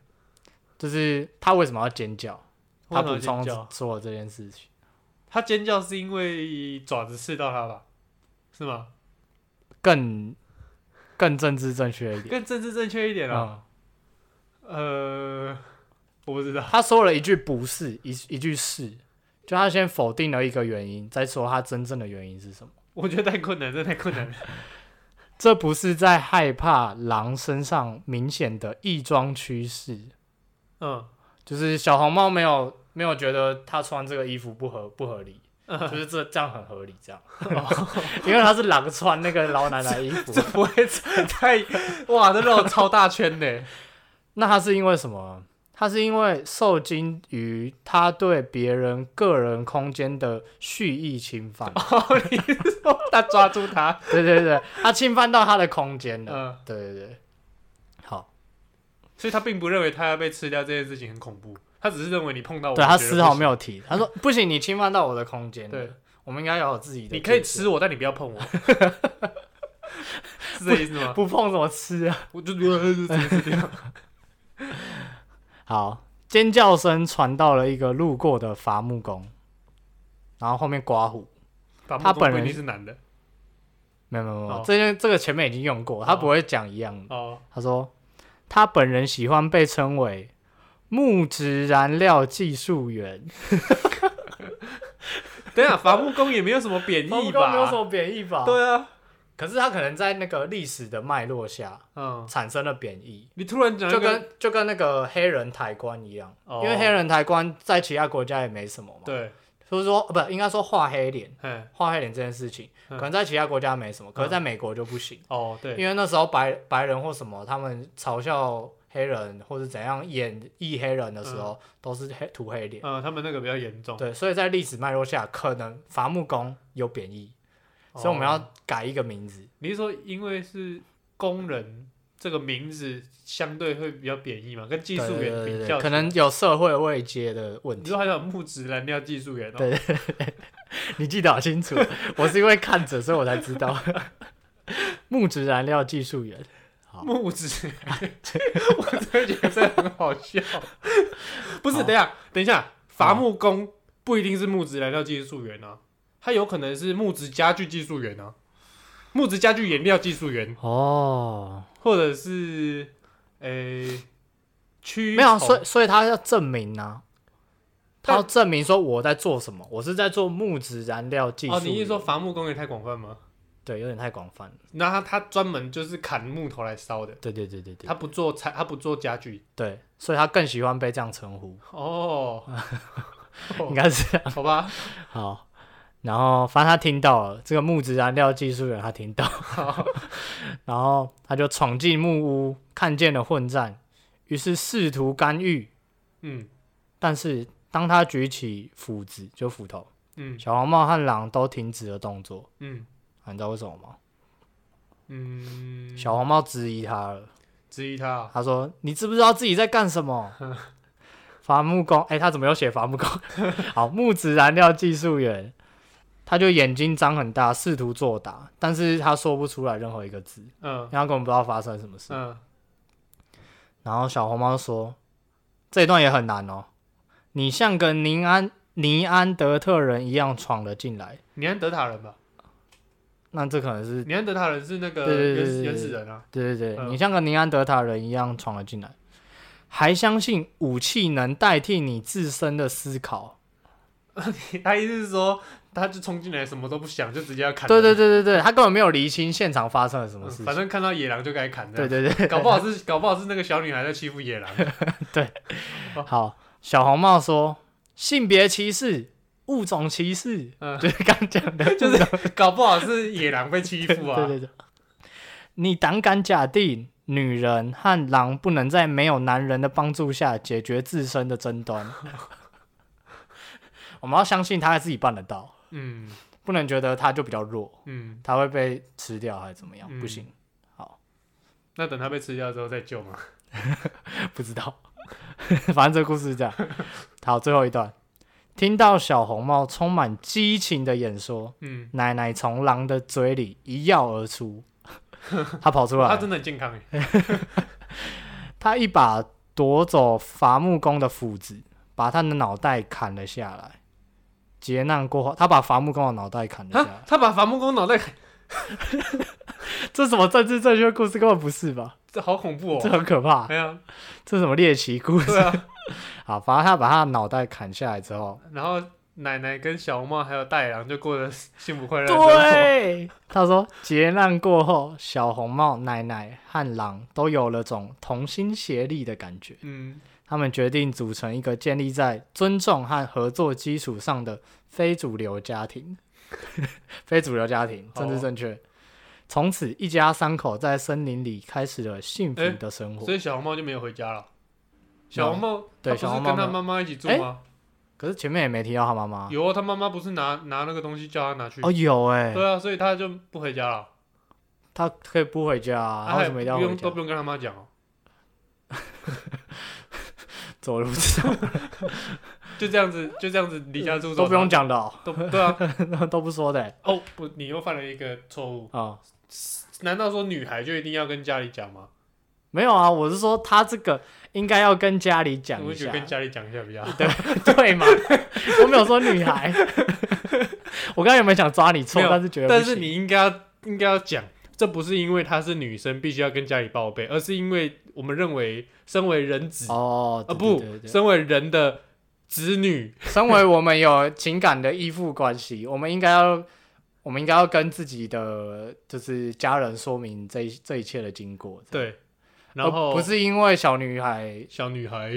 [SPEAKER 2] 就是他为什么要尖叫？他补
[SPEAKER 1] 为什么
[SPEAKER 2] 充
[SPEAKER 1] 尖叫，
[SPEAKER 2] 说了这件事情。
[SPEAKER 1] 他尖叫是因为爪子刺到他吧？是吗？
[SPEAKER 2] 更更政治正确一点。
[SPEAKER 1] 更政治正确一点啊。
[SPEAKER 2] 嗯，
[SPEAKER 1] 呃，我不知道。
[SPEAKER 2] 他说了一句不是，一一句是，就他先否定了一个原因，再说他真正的原因是什么。
[SPEAKER 1] 我觉得太困难，真的太困难了。
[SPEAKER 2] 这不是在害怕狼身上明显的异装趋势，
[SPEAKER 1] 嗯
[SPEAKER 2] 就是小红帽没有没有觉得他穿这个衣服不合不合理，
[SPEAKER 1] 嗯，
[SPEAKER 2] 就是这这样很合理，这样， 因为他是狼穿那个老奶奶衣服
[SPEAKER 1] 这，不会太 哇，这绕哦超大圈呢。
[SPEAKER 2] 那他是因为什么？他是因为受惊于他对别人个人空间的蓄意侵犯，
[SPEAKER 1] 哦，你是说他抓住他？
[SPEAKER 2] 对对对，他侵犯到他的空间了，
[SPEAKER 1] 嗯，
[SPEAKER 2] 对对对，好，
[SPEAKER 1] 所以他并不认为他要被吃掉这件事情很恐怖，他只是认为你碰到哦我，
[SPEAKER 2] 对他丝毫没
[SPEAKER 1] 有，
[SPEAKER 2] 有提，他说不行，你侵犯到我的空间了，
[SPEAKER 1] 对
[SPEAKER 2] 我们应该要有自己的，
[SPEAKER 1] 你可以，吃我，但你不要碰 我，是这意思吗？
[SPEAKER 2] 不碰怎么吃 啊？
[SPEAKER 1] 我就直接吃掉。
[SPEAKER 2] 好，尖叫声传到了一个路过的伐木工，然后后面刮胡，
[SPEAKER 1] 把
[SPEAKER 2] 他
[SPEAKER 1] 木工
[SPEAKER 2] 本
[SPEAKER 1] 不一
[SPEAKER 2] 人
[SPEAKER 1] 定是男的
[SPEAKER 2] 没有没有没有，
[SPEAKER 1] 哦
[SPEAKER 2] 这件这个前面已经用过，他不会讲一样的。
[SPEAKER 1] 哦，
[SPEAKER 2] 他说，他本人喜欢被称为木质燃料技术员，
[SPEAKER 1] 等一下啊伐木工也没有什么贬义
[SPEAKER 2] 没有什
[SPEAKER 1] 吧？
[SPEAKER 2] 么贬义吧？，
[SPEAKER 1] 对啊，
[SPEAKER 2] 可是他可能在那个历史的脉络下
[SPEAKER 1] 嗯，
[SPEAKER 2] 产生了贬义，
[SPEAKER 1] 你突然讲一
[SPEAKER 2] 就
[SPEAKER 1] 个，
[SPEAKER 2] 跟就跟那个黑人抬棺一样，
[SPEAKER 1] 哦
[SPEAKER 2] 因为黑人抬棺在其他国家也没什么嘛，
[SPEAKER 1] 对，
[SPEAKER 2] 所以说呃不应该说画黑脸。
[SPEAKER 1] 哎，
[SPEAKER 2] 画黑脸这件事情，
[SPEAKER 1] 嗯
[SPEAKER 2] 可能在其他国家没什么，可是在美国就不行，
[SPEAKER 1] 哦，对，
[SPEAKER 2] 因为那时候白白人或什么，他们嘲笑黑人或者怎样演绎黑人的时候，都是黑涂黑脸。
[SPEAKER 1] 嗯，他们那个比较严重，
[SPEAKER 2] 对，所以在历史脉络下，可能伐木工有贬义，所以我们
[SPEAKER 1] 哦
[SPEAKER 2] 要改一个名字。
[SPEAKER 1] 你是说因为是工人这个名字相对会比较贬义嘛，跟技术
[SPEAKER 2] 对
[SPEAKER 1] 员
[SPEAKER 2] 对
[SPEAKER 1] 比较
[SPEAKER 2] 对对
[SPEAKER 1] 起来，
[SPEAKER 2] 可能有社会位阶的问
[SPEAKER 1] 你
[SPEAKER 2] 题。
[SPEAKER 1] 说还有木质燃料技术员哦，
[SPEAKER 2] 对你记得好清楚，我是因为看着，所以我才知道。 木质燃料技术员，好
[SPEAKER 1] 木质，我真的觉得这很好笑。 不是，
[SPEAKER 2] 好
[SPEAKER 1] 等一下，等一下，伐木工不一定是木质燃料技术员啊，他有可能是木质家具技术员啊，木质家具原料技术员，
[SPEAKER 2] 哦，
[SPEAKER 1] 或者是诶。驱
[SPEAKER 2] 没有啊，
[SPEAKER 1] 虫
[SPEAKER 2] 所以所以他要证明啊，他
[SPEAKER 1] 但
[SPEAKER 2] 要证明说我在做什么，我是在做木质燃料技术
[SPEAKER 1] 哦，
[SPEAKER 2] 员。
[SPEAKER 1] 你一说伐木工也太广泛吗？
[SPEAKER 2] 对，有点太广泛了。
[SPEAKER 1] 那他他专门就是砍木头来烧的，
[SPEAKER 2] 对对对对对
[SPEAKER 1] 他不做材，他不做家具。
[SPEAKER 2] 对，所以他更喜欢被这样称呼，
[SPEAKER 1] 哦，
[SPEAKER 2] 应该是
[SPEAKER 1] 好吧，
[SPEAKER 2] 好，然后反正他听到了这个木质燃料技术员，他听到，然后他就闯进木屋，看见了混战，于是试图干预，
[SPEAKER 1] 嗯
[SPEAKER 2] 但是当他举起斧子，就斧头，
[SPEAKER 1] 嗯
[SPEAKER 2] 小黄帽和狼都停止了动作。
[SPEAKER 1] 嗯
[SPEAKER 2] 啊你知道为什么吗？
[SPEAKER 1] 嗯，
[SPEAKER 2] 小黄帽质疑他了，
[SPEAKER 1] 质疑他啊，
[SPEAKER 2] 他说：“你知不知道自己在干什么？” 伐木工，哎、他怎么又写伐木工？ 好，木质燃料技术员，他就眼睛张很大，试图作答，但是他说不出来任何一个字，因
[SPEAKER 1] 嗯
[SPEAKER 2] 为他根本不知道发生什么事。
[SPEAKER 1] 嗯，
[SPEAKER 2] 然后小红帽说：“这一段也很难哦，你像个尼安尼安德特人一样闯了进来，
[SPEAKER 1] 尼安德塔人吧？
[SPEAKER 2] 那这可能是
[SPEAKER 1] 尼安德塔人是那个
[SPEAKER 2] 对
[SPEAKER 1] 原
[SPEAKER 2] 对对对
[SPEAKER 1] 始
[SPEAKER 2] 对
[SPEAKER 1] 原始人啊，
[SPEAKER 2] 对对对，
[SPEAKER 1] 嗯
[SPEAKER 2] 你像个尼安德塔人一样闯了进来，还相信武器能代替你自身的思考。
[SPEAKER 1] 他意思是说他就冲进来什么都不想，就直接要砍人。
[SPEAKER 2] 对对对对对，他根本没有厘清现场发生了什么
[SPEAKER 1] 嗯，
[SPEAKER 2] 事情。
[SPEAKER 1] 反正看到野狼就该砍的。
[SPEAKER 2] 对对对，
[SPEAKER 1] 搞不好是搞不好是那个小女孩在欺负野狼。
[SPEAKER 2] 好，小红帽说性别歧视、物种歧视，
[SPEAKER 1] 嗯
[SPEAKER 2] 就是刚讲 的，
[SPEAKER 1] 就是搞不好是野狼被欺负啊！
[SPEAKER 2] 对对对。你胆敢假定女人和狼不能在没有男人的帮助下解决自身的争端， 我们要相信他自己办得到。
[SPEAKER 1] 嗯
[SPEAKER 2] 不能觉得他就比较弱，
[SPEAKER 1] 嗯，
[SPEAKER 2] 他会被吃掉还是怎么样？
[SPEAKER 1] 嗯
[SPEAKER 2] 不行，
[SPEAKER 1] 那等他被吃掉之后再救嘛。
[SPEAKER 2] 不知道。 反正这个故事是这样。好，最后一段，听到小红帽充满激情的演说，
[SPEAKER 1] 嗯，
[SPEAKER 2] 奶奶从狼的嘴里一跃而 出，他跑出
[SPEAKER 1] 他
[SPEAKER 2] 来，
[SPEAKER 1] 真的很健康欸耶
[SPEAKER 2] 他一把夺走伐木工的斧子，把他的脑袋砍了下来。劫难过后，他把伐木工的脑袋砍了下
[SPEAKER 1] 啊
[SPEAKER 2] 来！。
[SPEAKER 1] 他把伐木工脑袋砍，
[SPEAKER 2] 这什么政治正确故事？根本不是吧？
[SPEAKER 1] 这好恐怖
[SPEAKER 2] 这
[SPEAKER 1] 哦！
[SPEAKER 2] 很可怕，
[SPEAKER 1] 哎呀，
[SPEAKER 2] 这什么猎奇故事
[SPEAKER 1] 对？啊，
[SPEAKER 2] 好，反正他把他的脑袋砍下来之后，
[SPEAKER 1] 然后奶奶跟小红帽还有大野狼就过着 幸福快乐的生活。
[SPEAKER 2] 对， 他说劫难过后，小红帽、奶奶和狼都有了种同心协力的感觉。
[SPEAKER 1] 嗯，
[SPEAKER 2] 他们决定组成一个建立在尊重和合作基础上的非主流家庭。 非主流家庭，
[SPEAKER 1] 好啊
[SPEAKER 2] 政治正确。从此，一家三口在森林里开始了幸福
[SPEAKER 1] 哎
[SPEAKER 2] 的生活。
[SPEAKER 1] 所以小红帽就没有回家了。小红帽她
[SPEAKER 2] 对
[SPEAKER 1] 不是
[SPEAKER 2] 小红帽
[SPEAKER 1] 跟她
[SPEAKER 2] 没有
[SPEAKER 1] 妈妈一起住
[SPEAKER 2] 哎
[SPEAKER 1] 吗？
[SPEAKER 2] 可是前面也没提到他妈妈。
[SPEAKER 1] 有啊，她妈妈不是拿拿那个东西叫她拿去
[SPEAKER 2] 哦，。有哎、
[SPEAKER 1] 对啊，所以她就不回家了。
[SPEAKER 2] 他可以不回家、啊，他
[SPEAKER 1] 她
[SPEAKER 2] 为
[SPEAKER 1] 也
[SPEAKER 2] 什
[SPEAKER 1] 哎
[SPEAKER 2] 么
[SPEAKER 1] 不
[SPEAKER 2] 一定要
[SPEAKER 1] 用
[SPEAKER 2] 回
[SPEAKER 1] 都
[SPEAKER 2] 家
[SPEAKER 1] 不？用跟她妈讲哦，
[SPEAKER 2] 走了不知道，
[SPEAKER 1] 就这样子就这样子离家出走，
[SPEAKER 2] 都不用讲的、哦，
[SPEAKER 1] 都对啊。
[SPEAKER 2] 都不说的、欸。
[SPEAKER 1] 哦不，你又犯了一个错误。
[SPEAKER 2] 哦，
[SPEAKER 1] 难道说女孩就一定要跟家里讲吗？
[SPEAKER 2] 没有啊，我是说他这个应该要跟家里讲
[SPEAKER 1] 我
[SPEAKER 2] 一
[SPEAKER 1] 觉
[SPEAKER 2] 下
[SPEAKER 1] 得，跟家里讲一下比较好。
[SPEAKER 2] 对吗？ 我没有说女孩， 我刚才有没有想抓你错
[SPEAKER 1] 没，有
[SPEAKER 2] 但是觉得不
[SPEAKER 1] 但是
[SPEAKER 2] 行
[SPEAKER 1] 你应该要应该要讲，这不是因为她是女生必须要跟家里报备，而是因为我们认为身为人子啊、
[SPEAKER 2] 哦对
[SPEAKER 1] 不
[SPEAKER 2] 对对，对
[SPEAKER 1] 身为人的子女，
[SPEAKER 2] 身为我们有情感的依附关系，我们应该要。我们应该要跟自己的就是家人说明这一这一切的经过，这样，
[SPEAKER 1] 对，然
[SPEAKER 2] 而
[SPEAKER 1] 后
[SPEAKER 2] 呃不是因为小女孩
[SPEAKER 1] 小女孩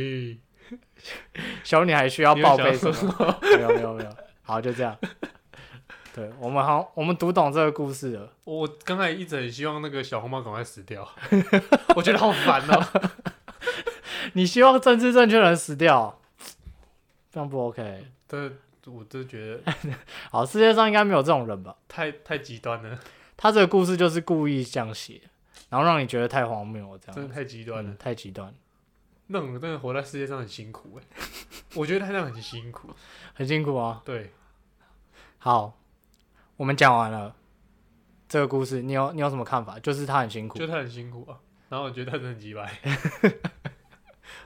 [SPEAKER 2] 小女孩需要报备
[SPEAKER 1] 你
[SPEAKER 2] 什
[SPEAKER 1] 有想
[SPEAKER 2] 么？没有没有没有，好就这样。对我们好，我们读懂这个故事了。
[SPEAKER 1] 我刚才一直很希望那个小红帽赶快死掉， 我觉得好烦哦、
[SPEAKER 2] 你希望政治正确的人死掉，这样不 OK。
[SPEAKER 1] 这我真的觉得
[SPEAKER 2] 好，世界上应该没有这种人吧？
[SPEAKER 1] 太太极端了，
[SPEAKER 2] 他这个故事就是故意这样写，然后让你觉得太荒谬了，这
[SPEAKER 1] 真
[SPEAKER 2] 样
[SPEAKER 1] 的太极端了
[SPEAKER 2] 嗯。太极端，
[SPEAKER 1] 那种真的活在世界上很辛苦哎、我觉得他这样很辛苦。
[SPEAKER 2] 很辛苦啊。
[SPEAKER 1] 对，
[SPEAKER 2] 好，我们讲完了这个故事，你有你有什么看法？就是他很辛苦
[SPEAKER 1] 就，他很辛苦啊。然后我觉得他真的很鸡 掰，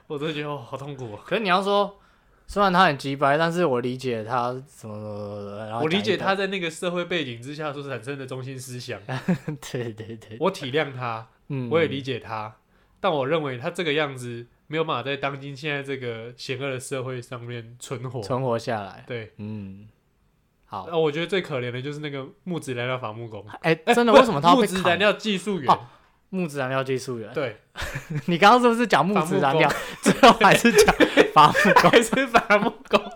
[SPEAKER 1] 我真的觉得哦好痛苦啊。
[SPEAKER 2] 可是你要说，虽然他很急白，但是我理解他什么什么什么，然后
[SPEAKER 1] 我理
[SPEAKER 2] 讲一
[SPEAKER 1] 解
[SPEAKER 2] 段
[SPEAKER 1] 他在那个社会背景之下所产生的中心思想，
[SPEAKER 2] 对对对，
[SPEAKER 1] 我体谅他，
[SPEAKER 2] 嗯，
[SPEAKER 1] 我也理解他，但我认为他这个样子没有办法在当今现在这个险恶的社会上面存活。
[SPEAKER 2] 存活下来。
[SPEAKER 1] 对，
[SPEAKER 2] 嗯，好，
[SPEAKER 1] 啊，我觉得最可怜的就是那个木质燃料伐木工，
[SPEAKER 2] 哎、真的，
[SPEAKER 1] 不
[SPEAKER 2] 为什么他要
[SPEAKER 1] 木
[SPEAKER 2] 被
[SPEAKER 1] 质
[SPEAKER 2] 砍
[SPEAKER 1] 燃料技术员
[SPEAKER 2] 哦？木质燃料技术员？
[SPEAKER 1] 对，
[SPEAKER 2] 你刚刚是不是讲木
[SPEAKER 1] 伐木
[SPEAKER 2] 质燃料？ 最后还是讲伐木工？
[SPEAKER 1] 还是伐木工？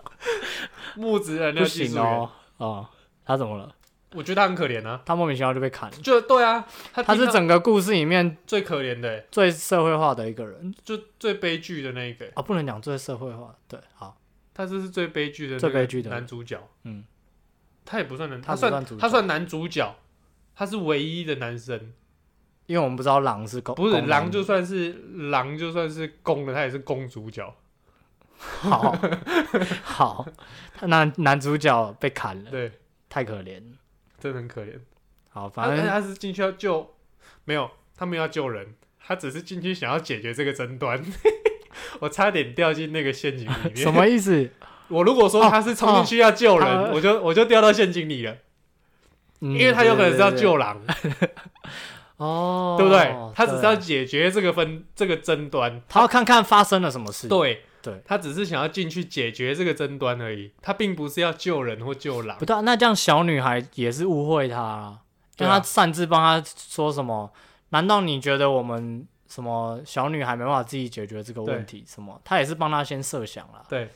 [SPEAKER 1] 木质燃料
[SPEAKER 2] 不
[SPEAKER 1] 技术
[SPEAKER 2] 行
[SPEAKER 1] 员，
[SPEAKER 2] 哦，哦，他怎么了？
[SPEAKER 1] 我觉得他很可怜啊。
[SPEAKER 2] 他莫名其妙就被砍了。
[SPEAKER 1] 就对啊，他
[SPEAKER 2] 他
[SPEAKER 1] 听
[SPEAKER 2] 是
[SPEAKER 1] 到
[SPEAKER 2] 整个故事里面
[SPEAKER 1] 最可怜的欸、
[SPEAKER 2] 最社会化的一个人
[SPEAKER 1] 就最悲剧的那一个欸，
[SPEAKER 2] 啊、不能讲最社会化。对，好，
[SPEAKER 1] 他这是最悲剧的那个
[SPEAKER 2] 最悲剧的
[SPEAKER 1] 男主角。
[SPEAKER 2] 嗯，
[SPEAKER 1] 他也不算男，
[SPEAKER 2] 他不
[SPEAKER 1] 算
[SPEAKER 2] 算主角
[SPEAKER 1] 他算男主角，他是唯一的男生。
[SPEAKER 2] 因为我们不知道狼是公，
[SPEAKER 1] 不是
[SPEAKER 2] 公
[SPEAKER 1] 狼， 就算是狼，就算是公的，他也是公主角。
[SPEAKER 2] 好，好，他男男主角被砍了，
[SPEAKER 1] 对，
[SPEAKER 2] 太可怜了。
[SPEAKER 1] 真的很可怜。
[SPEAKER 2] 好，
[SPEAKER 1] 他
[SPEAKER 2] 反正
[SPEAKER 1] 他是进去要救，没有，他没有要救人，他只是进去想要解决这个争端。 我差点掉进那个陷阱里
[SPEAKER 2] 什
[SPEAKER 1] 面。
[SPEAKER 2] 么意思？
[SPEAKER 1] 我如果说他是冲进去要救人，
[SPEAKER 2] 哦哦
[SPEAKER 1] 我就我就掉到陷阱里了，
[SPEAKER 2] 嗯
[SPEAKER 1] 因为他有可能是要
[SPEAKER 2] 对对对
[SPEAKER 1] 救狼。
[SPEAKER 2] 哦，
[SPEAKER 1] 对不对？他只是要
[SPEAKER 2] 对
[SPEAKER 1] 解决这个分这个争端，
[SPEAKER 2] 他要看看发生了什么事，
[SPEAKER 1] 对
[SPEAKER 2] 对
[SPEAKER 1] 他只是想要进去解决这个争端而已，他并不是要救人或救狼
[SPEAKER 2] 不。对啊，那这样小女孩也是误会他啊，
[SPEAKER 1] 对
[SPEAKER 2] 因
[SPEAKER 1] 啊
[SPEAKER 2] 为他擅自帮他说什么？难道你觉得我们什么小女孩没办法自己解决这个问题？什么？他也是帮他先设想了，
[SPEAKER 1] 对，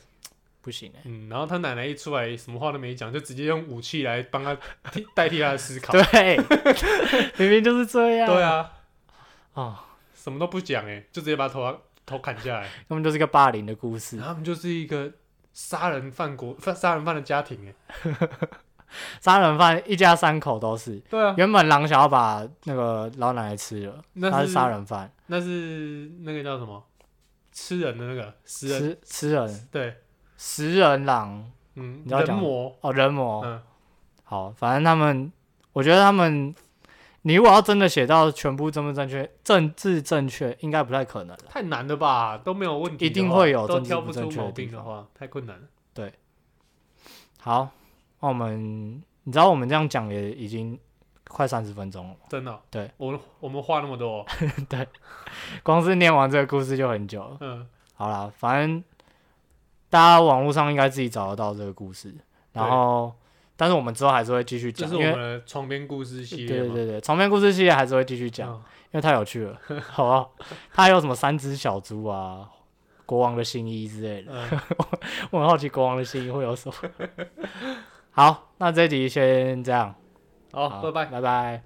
[SPEAKER 2] 不行哎、
[SPEAKER 1] 嗯，然后他奶奶一出来，什么话都没讲，就直接用武器来帮 他替代替他的思考。
[SPEAKER 2] 对，啊 明明就是这样，
[SPEAKER 1] 对啊，
[SPEAKER 2] 哦，
[SPEAKER 1] 什么都不讲，哎，就直接把头啊头砍下 来。
[SPEAKER 2] 根本就是个霸凌的故事
[SPEAKER 1] 然。后他们就是一个杀人犯国杀人犯的家庭，哎，
[SPEAKER 2] 杀人犯一家三口都是，
[SPEAKER 1] 对啊，
[SPEAKER 2] 原本狼想要把那个老奶奶吃了，
[SPEAKER 1] 那
[SPEAKER 2] 他
[SPEAKER 1] 是
[SPEAKER 2] 是杀人犯，
[SPEAKER 1] 那是那个叫什么吃人的那个食人，
[SPEAKER 2] 吃吃人，
[SPEAKER 1] 对，
[SPEAKER 2] 食人狼
[SPEAKER 1] 嗯，
[SPEAKER 2] 你要
[SPEAKER 1] 人
[SPEAKER 2] 讲
[SPEAKER 1] 魔，
[SPEAKER 2] 哦，人魔，
[SPEAKER 1] 嗯，
[SPEAKER 2] 好，反正他们，我觉得他们，你如果要真的写到全部政治正确，政治正确应该不太可能了。
[SPEAKER 1] 太难了吧？都没有问题的话，
[SPEAKER 2] 一定会有
[SPEAKER 1] 都
[SPEAKER 2] 政治
[SPEAKER 1] 挑
[SPEAKER 2] 不
[SPEAKER 1] 不
[SPEAKER 2] 正
[SPEAKER 1] 出
[SPEAKER 2] 确的
[SPEAKER 1] 毛
[SPEAKER 2] 地
[SPEAKER 1] 病的话，太困难了。
[SPEAKER 2] 好，那我们，你知道我们这样讲也已经快三十分钟了，
[SPEAKER 1] 真的哦、
[SPEAKER 2] 对
[SPEAKER 1] 我们我们话那么 多哦、
[SPEAKER 2] 光是念完这个故事就很久了。
[SPEAKER 1] 嗯，
[SPEAKER 2] 好啦，反正大家网络上应该自己找得到这个故事。然后，但是我们之后还是会继续
[SPEAKER 1] 这
[SPEAKER 2] 讲，
[SPEAKER 1] 是
[SPEAKER 2] 因
[SPEAKER 1] 我
[SPEAKER 2] 为
[SPEAKER 1] 们的床边故事系
[SPEAKER 2] 对
[SPEAKER 1] 列
[SPEAKER 2] 对
[SPEAKER 1] 嘛，
[SPEAKER 2] 对对，长篇故事系列还是会继续讲，
[SPEAKER 1] 嗯
[SPEAKER 2] 因为太有趣 了，好不好？它还有什么三只小猪啊，国王的新衣之类的，
[SPEAKER 1] 嗯，
[SPEAKER 2] 我很好奇国王的新衣会有什么。好，那这集先这样，
[SPEAKER 1] 好，
[SPEAKER 2] 好
[SPEAKER 1] 拜拜。
[SPEAKER 2] 拜拜。